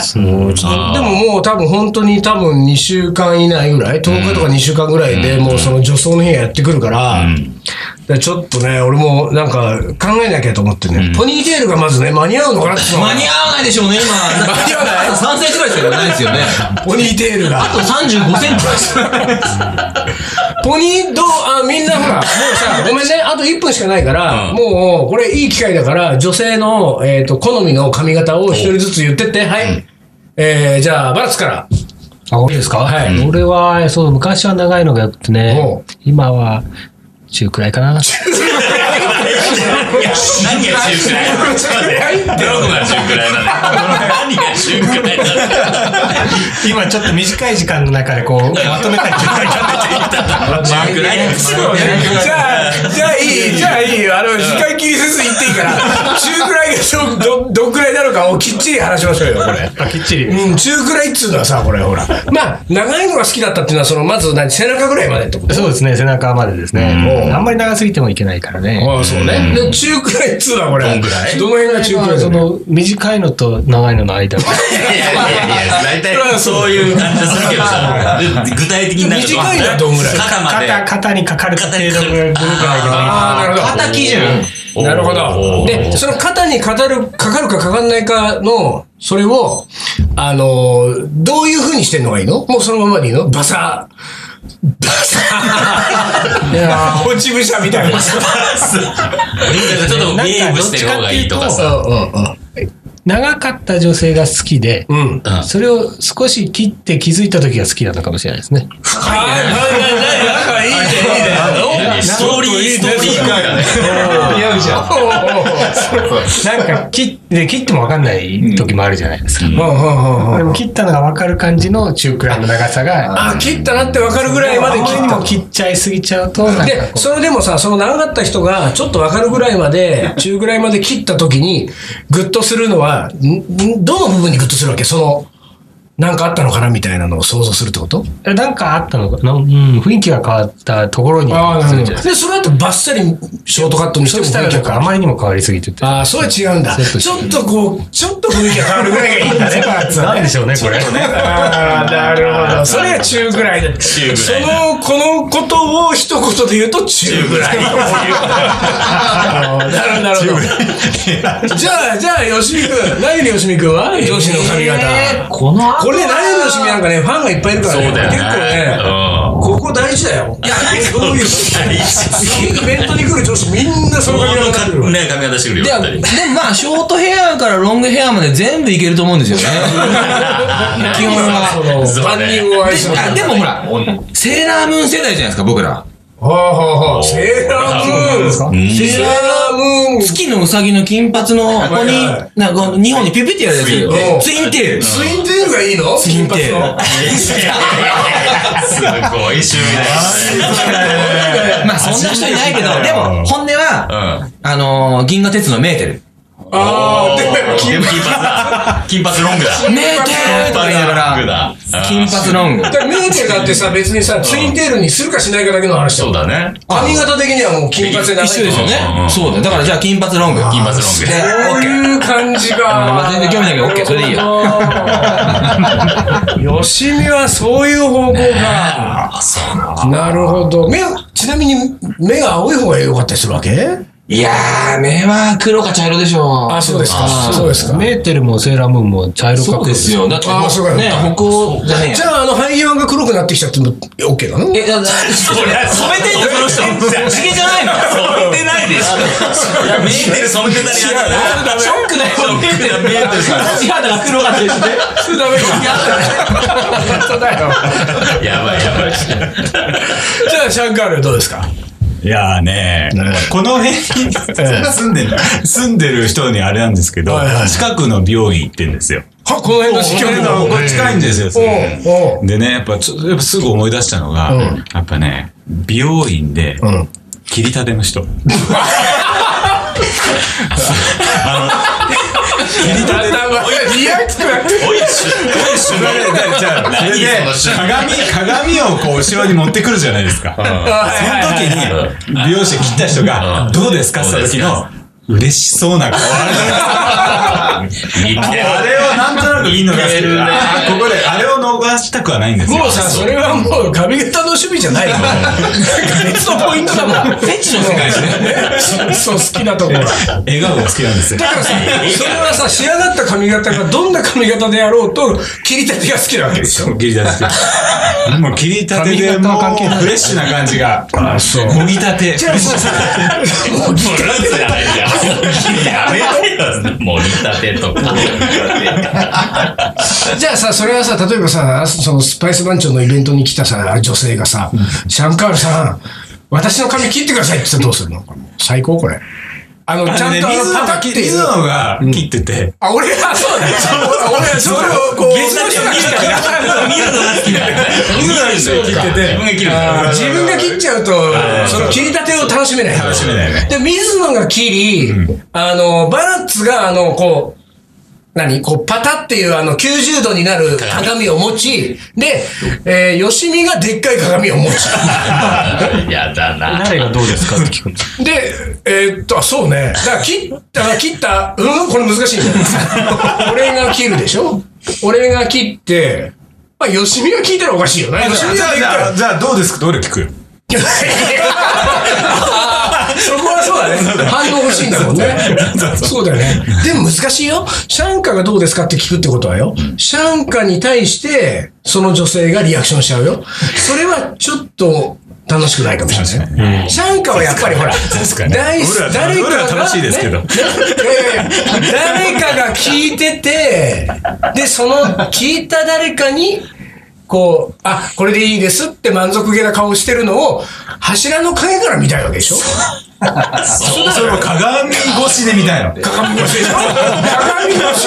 [SPEAKER 1] でももう多分本当に多分2週間以内ぐらい、10日とか2週間ぐらいでもうその女装の日がやってくるから、でちょっとね、俺もなんか考えなきゃと思ってね、ポニーテールがまずね、間に合うのかなって思う
[SPEAKER 5] 間に合わないでしょうね、今。
[SPEAKER 1] 間に合わない
[SPEAKER 5] あと3センチぐらいしかないですよね。
[SPEAKER 1] ポニーテール
[SPEAKER 5] あ
[SPEAKER 1] が。
[SPEAKER 5] と35セン チぐらいし か
[SPEAKER 1] ポニーどう、あ、みんなほら、もうさ、ごめんね、あと1分しかないから、
[SPEAKER 2] うん
[SPEAKER 1] もうこれいい機会だから、女性の、えっ、と、好みの髪型を一人ずつ言ってって、はい。えー、じゃあ、バラツから。あ、いいですかはい。
[SPEAKER 4] 俺は、そう、昔は長いのがよくて
[SPEAKER 1] おう
[SPEAKER 4] ね、今は、中くらいかな。
[SPEAKER 2] いや何が中くらいちょっと待ってどこが中くらいなの何が中くらいなの
[SPEAKER 4] 今ちょっと短い時間の中でこう、まとめたりと
[SPEAKER 2] 中くらい
[SPEAKER 1] そうねじゃあ、じゃあいい、じゃあいいよ。あの、時間切りせず言っていいから、中くらいがど、 ど、どんくらいなのかをきっちり話しましょうよ、これ。
[SPEAKER 4] か、きっちり。
[SPEAKER 1] うん、中くらいっつうのはさ、これ、ほら。まあ、長いのが好きだったっていうのは、その、まず、何、背中ぐらいまでってこと
[SPEAKER 4] そうですね、背中までですね。あんまり長すぎてもいけないからね。
[SPEAKER 1] ああ、そうね。で、中くらいっつうのは、これ。
[SPEAKER 2] どんくらい
[SPEAKER 1] どの辺が中くらい
[SPEAKER 4] そ
[SPEAKER 1] だね
[SPEAKER 4] の、短いのと長いのの 間。
[SPEAKER 2] いやいやいや、大体そういう感じがするけどさ、で具体的になると
[SPEAKER 1] 短いのはどんぐらい
[SPEAKER 2] 肩まで。
[SPEAKER 4] 肩、肩にかかる程度ぐらい
[SPEAKER 1] ああ、なるほど。
[SPEAKER 5] 肩基準。
[SPEAKER 2] おー
[SPEAKER 1] なるほど。
[SPEAKER 2] お
[SPEAKER 1] で、
[SPEAKER 2] ー
[SPEAKER 1] その肩にかかる、かかるかかかんないかの、それを、あのー、どういう風にしてんのがいいのもうそのままでいいのバサー。バ サー。いやー落ち武者みたいな。
[SPEAKER 2] ちょっとウェーブしてる方がいいとかさ。
[SPEAKER 4] 長かった女性が好きで、
[SPEAKER 1] うんうん。うん。
[SPEAKER 2] うん
[SPEAKER 4] それを少し切って気づいた時が好きなのかもしれないですね。
[SPEAKER 1] はい、ないないない、なんかいいね、いいね。
[SPEAKER 2] ストーリー、ストーリー効果だね。
[SPEAKER 4] 似合うじゃん。
[SPEAKER 1] おうお
[SPEAKER 4] なんか切って、切っても分かんない時もあるじゃないですか。
[SPEAKER 1] うおううんうんうん
[SPEAKER 4] で
[SPEAKER 1] うん
[SPEAKER 4] も切ったのが分かる感じの中くらいの長さが、
[SPEAKER 1] あ、切ったなってわかるぐらいまで切
[SPEAKER 4] あ
[SPEAKER 1] っ
[SPEAKER 4] まりに
[SPEAKER 1] た
[SPEAKER 4] も。切っちゃいすぎちゃうと、なんか
[SPEAKER 1] で、
[SPEAKER 4] こ
[SPEAKER 1] それでもさ、その長かった人が、ちょっとわかるぐらいまで、中ぐらいまで切った時に、グッとするのは、んんどの部分にグッとするわけその、なんかあったのかなみたいなのを想像するってこと
[SPEAKER 4] えなんかあったのかな、うん、雰囲気が変わったところに。
[SPEAKER 1] ああ、なるほ
[SPEAKER 4] そ
[SPEAKER 1] ど。で、その後バッサリショートカットにして
[SPEAKER 4] う
[SPEAKER 1] も
[SPEAKER 4] したらなんかあまりにも変わりすぎてて。
[SPEAKER 1] ああ、それは違うんだ。
[SPEAKER 4] セット
[SPEAKER 1] ち
[SPEAKER 4] し
[SPEAKER 1] ょっとこう、ちょっと雰囲気が変わるぐらいがいいんだね、パーツ は
[SPEAKER 4] な
[SPEAKER 1] ね
[SPEAKER 4] んでしょうね、これ。
[SPEAKER 1] ああ、なるほど。それが中ぐらいだ。
[SPEAKER 2] 中ぐらい
[SPEAKER 1] その、このことを一言で言うと中ぐらい。あーなるほど、なるほど。 じゃあ、じゃあ、吉見くん。何で吉見くんは女子の髪型。
[SPEAKER 4] この
[SPEAKER 1] これね、何で吉見なんかね、ファンがいっぱいいるからね。
[SPEAKER 2] そうだよね
[SPEAKER 1] 結構ね、ここ大事だよ。いや、そういう。イベントに来る女子みんなその髪型になってくるわ
[SPEAKER 2] ね、髪型してくる
[SPEAKER 5] い
[SPEAKER 2] よ、
[SPEAKER 5] や、
[SPEAKER 2] 二
[SPEAKER 5] で
[SPEAKER 2] 人
[SPEAKER 5] も。まあ、ショートヘアからロングヘアまで全部いけると思うん ですよね。基本は。
[SPEAKER 1] その
[SPEAKER 2] そうだ
[SPEAKER 1] 万
[SPEAKER 2] ね
[SPEAKER 1] 人を愛する
[SPEAKER 5] で。あでもほら、セーラームーン世代じゃないですか、僕ら。
[SPEAKER 1] はあはあはあ。セーラームーン。
[SPEAKER 2] うん
[SPEAKER 1] セーラームーン。
[SPEAKER 5] 月のうさぎの金髪の、ここに
[SPEAKER 1] はいはい、
[SPEAKER 5] なんか、日本にピュピュってやるやつ
[SPEAKER 1] うん。
[SPEAKER 5] ツインテール。
[SPEAKER 1] ツインテールがいいの
[SPEAKER 5] ツインテール
[SPEAKER 1] 金髪の
[SPEAKER 2] すごい趣味だよね。
[SPEAKER 5] まあ、そんな人いないけど、 でも、本音
[SPEAKER 2] う
[SPEAKER 5] は、
[SPEAKER 2] ん。
[SPEAKER 5] あのー、銀河鉄のメーテル。
[SPEAKER 1] ああ、でも
[SPEAKER 2] 金
[SPEAKER 1] 金
[SPEAKER 2] 髪だ。金髪ロングだ。
[SPEAKER 5] メーテルとか言いなが
[SPEAKER 2] 金髪ロング
[SPEAKER 5] ら
[SPEAKER 2] だ、
[SPEAKER 5] 金髪ロング。
[SPEAKER 1] 髪。メーテルだってさ、別にさ、ツインテールにするかしないかだけの話だ
[SPEAKER 2] そ
[SPEAKER 1] も
[SPEAKER 2] うんだね。
[SPEAKER 1] 髪型的にはもう金髪で長い。
[SPEAKER 5] 一緒ですよ
[SPEAKER 2] う
[SPEAKER 5] ね
[SPEAKER 2] ん。
[SPEAKER 5] そうだよ。だから、じゃあ、金髪ロング。
[SPEAKER 2] 金髪ロング。
[SPEAKER 5] で
[SPEAKER 1] こういう感じが。
[SPEAKER 5] まあ全然興味ないけど OK それでいいや
[SPEAKER 1] よ。 吉見はそういう方向か。なるほど。目、ちなみに目が青い方が良かったりするわけ
[SPEAKER 5] いやー、目は黒か茶色でしょう。
[SPEAKER 1] あ、そうですか。そうですか。
[SPEAKER 4] メーテルもセーラームーンも茶色かっ
[SPEAKER 5] そう
[SPEAKER 4] こい
[SPEAKER 5] で
[SPEAKER 4] い
[SPEAKER 5] す。よ。だって、
[SPEAKER 1] あーそうか
[SPEAKER 5] ね、北欧じゃねえや
[SPEAKER 1] じゃあ、あの、肺際が黒くなってきちゃっても OK なの
[SPEAKER 5] え、だ、だ、染めてんのその人。地毛じゃないの
[SPEAKER 2] 染めてないでしょ。いや、メーテル染めてたりやだな。
[SPEAKER 5] ショックだよ。
[SPEAKER 2] ショックだよメーテルさん
[SPEAKER 5] 立ち肌が黒かったりして。それダメか。
[SPEAKER 2] やばいやばい。
[SPEAKER 1] じゃあ、シャンカールどうですか
[SPEAKER 3] いやーねこの辺 に住んでる、住んでる人にあれなんですけど
[SPEAKER 1] はいは、い
[SPEAKER 3] 近くの美容院行ってんですよ。
[SPEAKER 1] は、この辺の
[SPEAKER 3] こ
[SPEAKER 1] 試
[SPEAKER 3] の
[SPEAKER 1] 験
[SPEAKER 3] 辺のこれ近いんですよ。すごい
[SPEAKER 1] おうおう
[SPEAKER 3] でね、やっぱ、ちょやっぱすぐ思い出したのが、
[SPEAKER 1] うん
[SPEAKER 3] やっぱね、美容院で、
[SPEAKER 1] ん
[SPEAKER 3] 切りたて の人。あの、切り たて
[SPEAKER 1] いや、きつくなって
[SPEAKER 2] おいしゅ、おいしゅ。
[SPEAKER 3] じゃあ、それで
[SPEAKER 2] 何その
[SPEAKER 3] 鏡、鏡をこう後ろに持ってくるじゃないですか。その時に、美容師切った人
[SPEAKER 2] う
[SPEAKER 3] が、
[SPEAKER 2] ん
[SPEAKER 3] どうですかって
[SPEAKER 2] どうで
[SPEAKER 3] 言
[SPEAKER 2] す
[SPEAKER 3] った時
[SPEAKER 2] か
[SPEAKER 3] の、嬉しそうな顔。
[SPEAKER 2] 似てる。
[SPEAKER 3] あれをなんとなくいいのが好き
[SPEAKER 2] 似てるね
[SPEAKER 3] だ。あここで、あれを逃したくはないんですよ。
[SPEAKER 1] もうさ、それはもう髪型の趣味じゃないよ。別のポイントだもん。
[SPEAKER 5] フェチの世界ですね。
[SPEAKER 1] そう、好きなところ。だか
[SPEAKER 3] 笑顔が好きなんですよ。
[SPEAKER 1] らさ、それはさ、仕上がった髪型がどんな髪型であろうと、切り立てが好きなわけでしょ。
[SPEAKER 3] 切り立て。もう切り立て
[SPEAKER 4] 髪
[SPEAKER 3] で、
[SPEAKER 4] 型
[SPEAKER 3] も
[SPEAKER 4] は関係な
[SPEAKER 3] う
[SPEAKER 4] い
[SPEAKER 3] フレッシュな感じが。
[SPEAKER 1] あ、そう。
[SPEAKER 3] もぎたて。
[SPEAKER 2] もうルーツじゃないじゃん。やめてよ。もう似たてとか。
[SPEAKER 1] じゃあさ、それはさ、例えばさ、そのスパイス番長のイベントに来たさ、女性がさ、シャンカールさん、私の髪切ってくださいって言ったらどうするの最高これ。あの、ちゃんとあの、パカっていう
[SPEAKER 3] 水野が切ってて。
[SPEAKER 1] あ、俺が、そうだね。俺はそれをこう、
[SPEAKER 2] 見るのが好きだよね。見るのが好きだよね。
[SPEAKER 3] 切って
[SPEAKER 2] 自
[SPEAKER 3] て。
[SPEAKER 2] 分が切る
[SPEAKER 1] あー自分が切っちゃうと、その切りたてを楽しめない。
[SPEAKER 3] 楽しめないね。
[SPEAKER 1] で、水野が切り、あの、バラッツが、あの、こう、何こう、パタっていう、あの、90度になる鏡を持ち、で、えー、吉見がでっかい鏡を持
[SPEAKER 2] やだな。
[SPEAKER 4] 誰がどうですかって聞くんです
[SPEAKER 1] ち。で、えーっと、あそうね。だから、切った、切った、うんこれ難しいんだよ。 俺が切るでしょ俺が切って、まあ、吉見が聞いたらおかしいよね。
[SPEAKER 3] じ
[SPEAKER 1] 吉見
[SPEAKER 3] ゃ
[SPEAKER 1] が
[SPEAKER 3] あ、
[SPEAKER 1] でっ
[SPEAKER 3] じゃ
[SPEAKER 1] か
[SPEAKER 3] あ、じゃあどうですかどれ聞く
[SPEAKER 1] い。そこはそうだね。反応欲しいんだもんね。そうだよね。でも難しいよ。シャンカがどうですかって聞くってことはよ。シャンカに対して、その女性がリアクションしちゃうよ。それはちょっと、楽しくないかもしれない。シャンカはやっぱりほら、
[SPEAKER 3] 確かに
[SPEAKER 1] 大好き
[SPEAKER 3] 俺ら
[SPEAKER 1] 誰か
[SPEAKER 3] 俺ら
[SPEAKER 1] が
[SPEAKER 3] 楽しいですけど
[SPEAKER 1] ねいやいや誰かが聞いてて、で、その聞いた誰かに、こう、あ、これでいいですって満足げな顔してるのを、柱の影から見たいわけでしょ
[SPEAKER 2] そう
[SPEAKER 3] それも鏡越しで見たいの。
[SPEAKER 1] 鏡越しでしょ鏡越し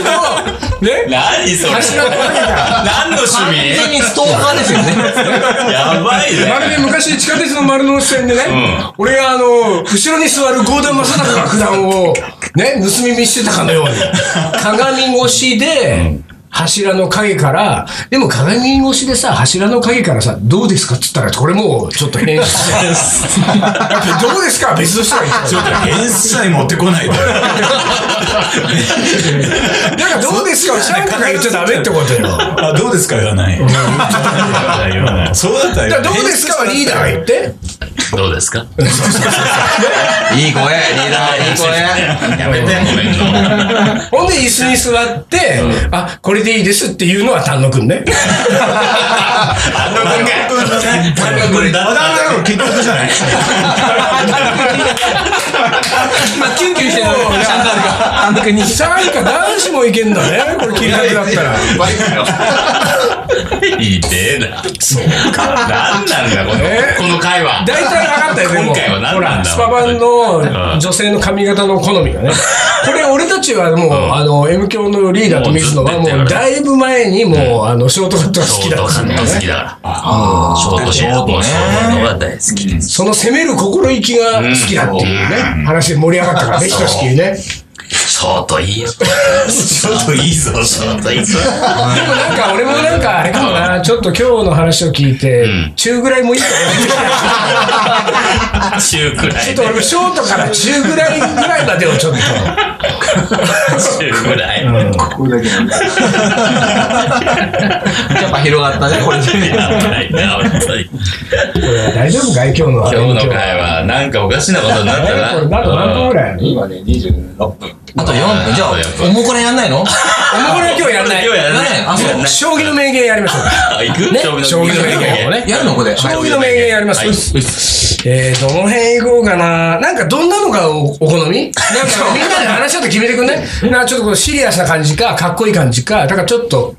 [SPEAKER 1] の、ね
[SPEAKER 2] 何それ
[SPEAKER 1] 柱の影が。
[SPEAKER 2] 何の趣
[SPEAKER 5] 完
[SPEAKER 2] 味
[SPEAKER 5] 全にストーカーですよね。
[SPEAKER 2] やばい
[SPEAKER 1] まる
[SPEAKER 2] ね。
[SPEAKER 1] で昔地下鉄の丸の内線でね、俺があの、後ろに座る郷田正孝 が九段を、ね、盗み見してたかのように、鏡越しで、柱の影から、でも鏡越しでさ、柱の影からさ、どうですかって言ったら、これもうちょっと変 質だってどうですかは別の人が言って
[SPEAKER 3] ちょ
[SPEAKER 1] る
[SPEAKER 3] っと演出さえ持ってこないで。
[SPEAKER 1] だからどうですかをシャンクが言っちゃダメってことよ。 だ
[SPEAKER 3] あ、どうですか言わない。言わない言わないそうだった
[SPEAKER 1] からどうですかはリーダーが言って。
[SPEAKER 2] どうですか
[SPEAKER 5] いい声、リーダー、いい声。
[SPEAKER 2] やめて、ごめんの。
[SPEAKER 1] ほんで椅子に座って、あ、これでいいですっていうのは丹野くんね。
[SPEAKER 2] あの文化
[SPEAKER 3] 単独だ単独結局じゃない
[SPEAKER 5] まあ、キュンキュンしてるのよシャンカールが。単独に。
[SPEAKER 1] シャンク男子もいけんだね。これ金額だったら。
[SPEAKER 2] バイクよ。いいてえな。そうか。なんなんだ、こ
[SPEAKER 1] え
[SPEAKER 2] の、この会話。
[SPEAKER 1] 大体分かったよ、でも。
[SPEAKER 2] 今回は何なんだ
[SPEAKER 1] ほらスパ版の女性の髪型の好みがね。これ、俺たちはもう、あの、M 教のリーダーと水野は、
[SPEAKER 2] もうずっと
[SPEAKER 1] もう、
[SPEAKER 2] やってるから
[SPEAKER 1] だいぶ前に、もう、あの、ショートカットが好
[SPEAKER 2] ショ
[SPEAKER 1] き
[SPEAKER 2] ー
[SPEAKER 1] だ
[SPEAKER 2] ト
[SPEAKER 1] った
[SPEAKER 2] カ
[SPEAKER 1] んだ
[SPEAKER 2] ッ
[SPEAKER 1] よ
[SPEAKER 2] ト好
[SPEAKER 1] ね
[SPEAKER 2] きだから。ショートショートショートが大好きです。
[SPEAKER 1] その攻める心意気が好きだっていうね、話で盛り上がったからね、ひとしきりね。
[SPEAKER 2] ショートいいよ。ショートいいぞ、ショートいいぞ。
[SPEAKER 1] でもなんか、俺もなんか、あれかもな、ちょっと今日の話を聞いて、中ぐらいもいいか
[SPEAKER 2] 中くら
[SPEAKER 1] な。ちょ
[SPEAKER 2] い
[SPEAKER 1] っと
[SPEAKER 2] で
[SPEAKER 1] 俺。もショートから中ぐらいぐらいまでをちょっと。
[SPEAKER 2] 中くらい。
[SPEAKER 6] これだけなんだ。
[SPEAKER 5] やっぱ広がったね、これで。
[SPEAKER 1] これ大丈夫かい今日の。
[SPEAKER 2] 今日の会話、なんかおかしなことになったな。
[SPEAKER 1] これ、なんか何分ぐらいある
[SPEAKER 6] 今ね、26分。
[SPEAKER 5] あと4分。じゃあ
[SPEAKER 2] やっ、ぱ
[SPEAKER 5] おもこれやんないの
[SPEAKER 1] おもこれは今日やんない。
[SPEAKER 2] 今日やらない。
[SPEAKER 5] あそう
[SPEAKER 2] やんない
[SPEAKER 1] 将棋の名言やりましょうか。
[SPEAKER 2] あ行く
[SPEAKER 1] 将棋の名言をね
[SPEAKER 5] やるのこれ。
[SPEAKER 1] 将棋の名言やります。
[SPEAKER 2] はいう
[SPEAKER 1] っすえー、どの辺行こうかな。なんかどんなのがおお好みなんかみんなで話し合って決めてくんね。なちょっとこうシリアスな感じか、かっこいい感じか、だからちょっと、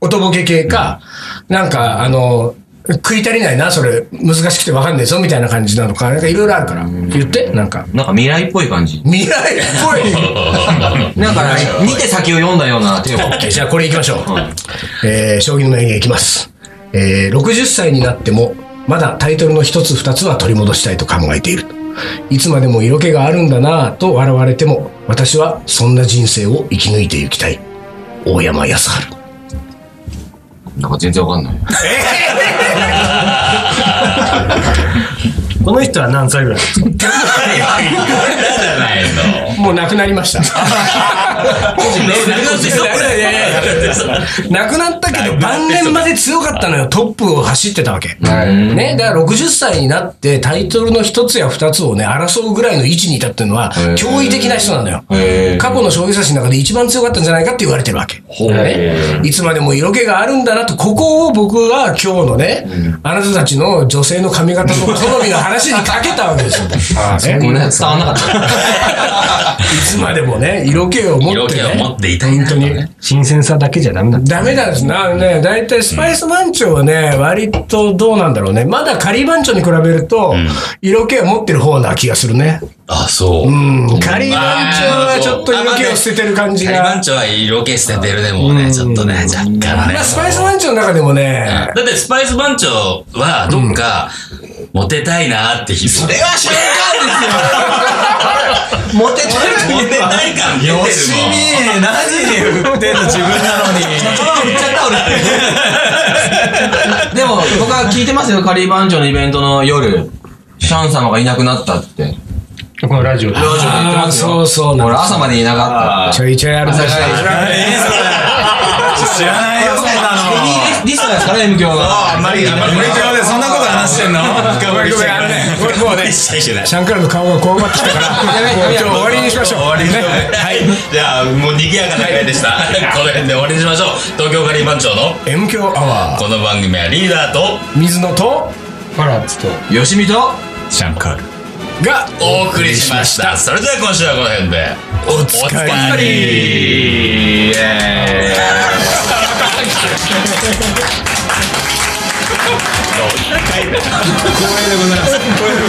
[SPEAKER 1] おとぼけ系か、なんかあの、食い足りないな、それ、難しくてわかんねえぞ、みたいな感じなのか、なんかいろいろあるから。言って、なんか。
[SPEAKER 5] なんか未来っぽい感じ。
[SPEAKER 1] 未来っ
[SPEAKER 5] なんか、見て先を読んだような手を。
[SPEAKER 1] ぽい。じゃあこれ行きましょう。えー、将棋の名言いきます。えー、60歳になっても、まだタイトルの一つ二つは取り戻したいと考えている。いつまでも色気があるんだなぁと笑われても、私はそんな人生を生き抜いていきたい。大山康晴。
[SPEAKER 5] なんか全然わかんない。
[SPEAKER 4] この人は何歳ぐらい
[SPEAKER 2] じゃないの。
[SPEAKER 1] もう亡くなりま した。亡くなったけど、晩年まで強かったのよ。トップを走ってたわけ。ね。だから60歳になって、タイトルの一つや二つをね、争うぐらいの位置にいたっていうのは、驚異的な人なのよ。
[SPEAKER 5] へー
[SPEAKER 1] 過去の将棋指しの中で一番強かったんじゃないかって言われてるわけ。ねいつまでも色気があるんだなと、ここを僕は今日のね、あなたたちの女性の髪型の好みの話にかけたわけですよ。ね
[SPEAKER 5] ごめんなさい、伝わんなかった。
[SPEAKER 1] いつまでもね、色気を持
[SPEAKER 2] 色
[SPEAKER 1] って
[SPEAKER 2] 気を
[SPEAKER 1] ね。
[SPEAKER 2] 持っていたい
[SPEAKER 1] 本当に。
[SPEAKER 4] 新鮮さだけじゃダメだった。
[SPEAKER 1] ダメなんですな。ね、だいたいスパイス番長はね、割とどうなんだろうね。まだ仮番長に比べると、色気を持ってる方な気がするね。
[SPEAKER 2] あ、そう。
[SPEAKER 1] うん。仮番長はちょっと色気を捨ててる感じ
[SPEAKER 2] 台
[SPEAKER 1] が
[SPEAKER 2] 湾。長は色気捨ててるね、もうね、ちょっとね、若干ね
[SPEAKER 1] まあ、。スパイス番長の中でもね、
[SPEAKER 2] だってスパイス番長はどっか、モテたいなって日それは瞬
[SPEAKER 5] モテて
[SPEAKER 2] 間モテたい感出てるもん。
[SPEAKER 5] ねえ、何
[SPEAKER 3] 振ってんの自分なのに。
[SPEAKER 5] 振っちゃった俺。でも、僕は聞いてますよ、カリー番長のイベントの夜。シャン様がいなくなったって。
[SPEAKER 4] このラジオで
[SPEAKER 5] ラジオで言ってますよ。
[SPEAKER 1] あーそうそうなん
[SPEAKER 5] 俺
[SPEAKER 1] です
[SPEAKER 5] 朝までいなかったって。
[SPEAKER 1] ちょいちょいあるんだし
[SPEAKER 5] 朝から
[SPEAKER 1] ね。
[SPEAKER 3] 知らないよ、そんなの。
[SPEAKER 5] リストですから、M 響が。
[SPEAKER 2] あんまり、あんまり
[SPEAKER 3] これからでそんなこと話してんの
[SPEAKER 1] ごめんごめん、あのね、これもうね、シ
[SPEAKER 2] 一切して ない。
[SPEAKER 1] ャンカラの顔がこわばってきたから、も
[SPEAKER 5] やべ
[SPEAKER 1] う今日終わりにしましょう。
[SPEAKER 2] 終わりにしましょう。
[SPEAKER 1] ね
[SPEAKER 2] はい。じゃあ、もう賑やかな回でした。この辺で終わりにしましょう。東京カリー番長の
[SPEAKER 1] M 強アワ
[SPEAKER 2] この番組はリーダーと
[SPEAKER 1] ー、水野と、
[SPEAKER 4] ファラッツと。
[SPEAKER 5] よしみと、
[SPEAKER 3] シャンカール。
[SPEAKER 1] が、
[SPEAKER 2] お送りしました。それでは今週はこの辺で。
[SPEAKER 1] お疲れ
[SPEAKER 2] お疲れイエーイ
[SPEAKER 3] 光栄でございます。光栄でございます。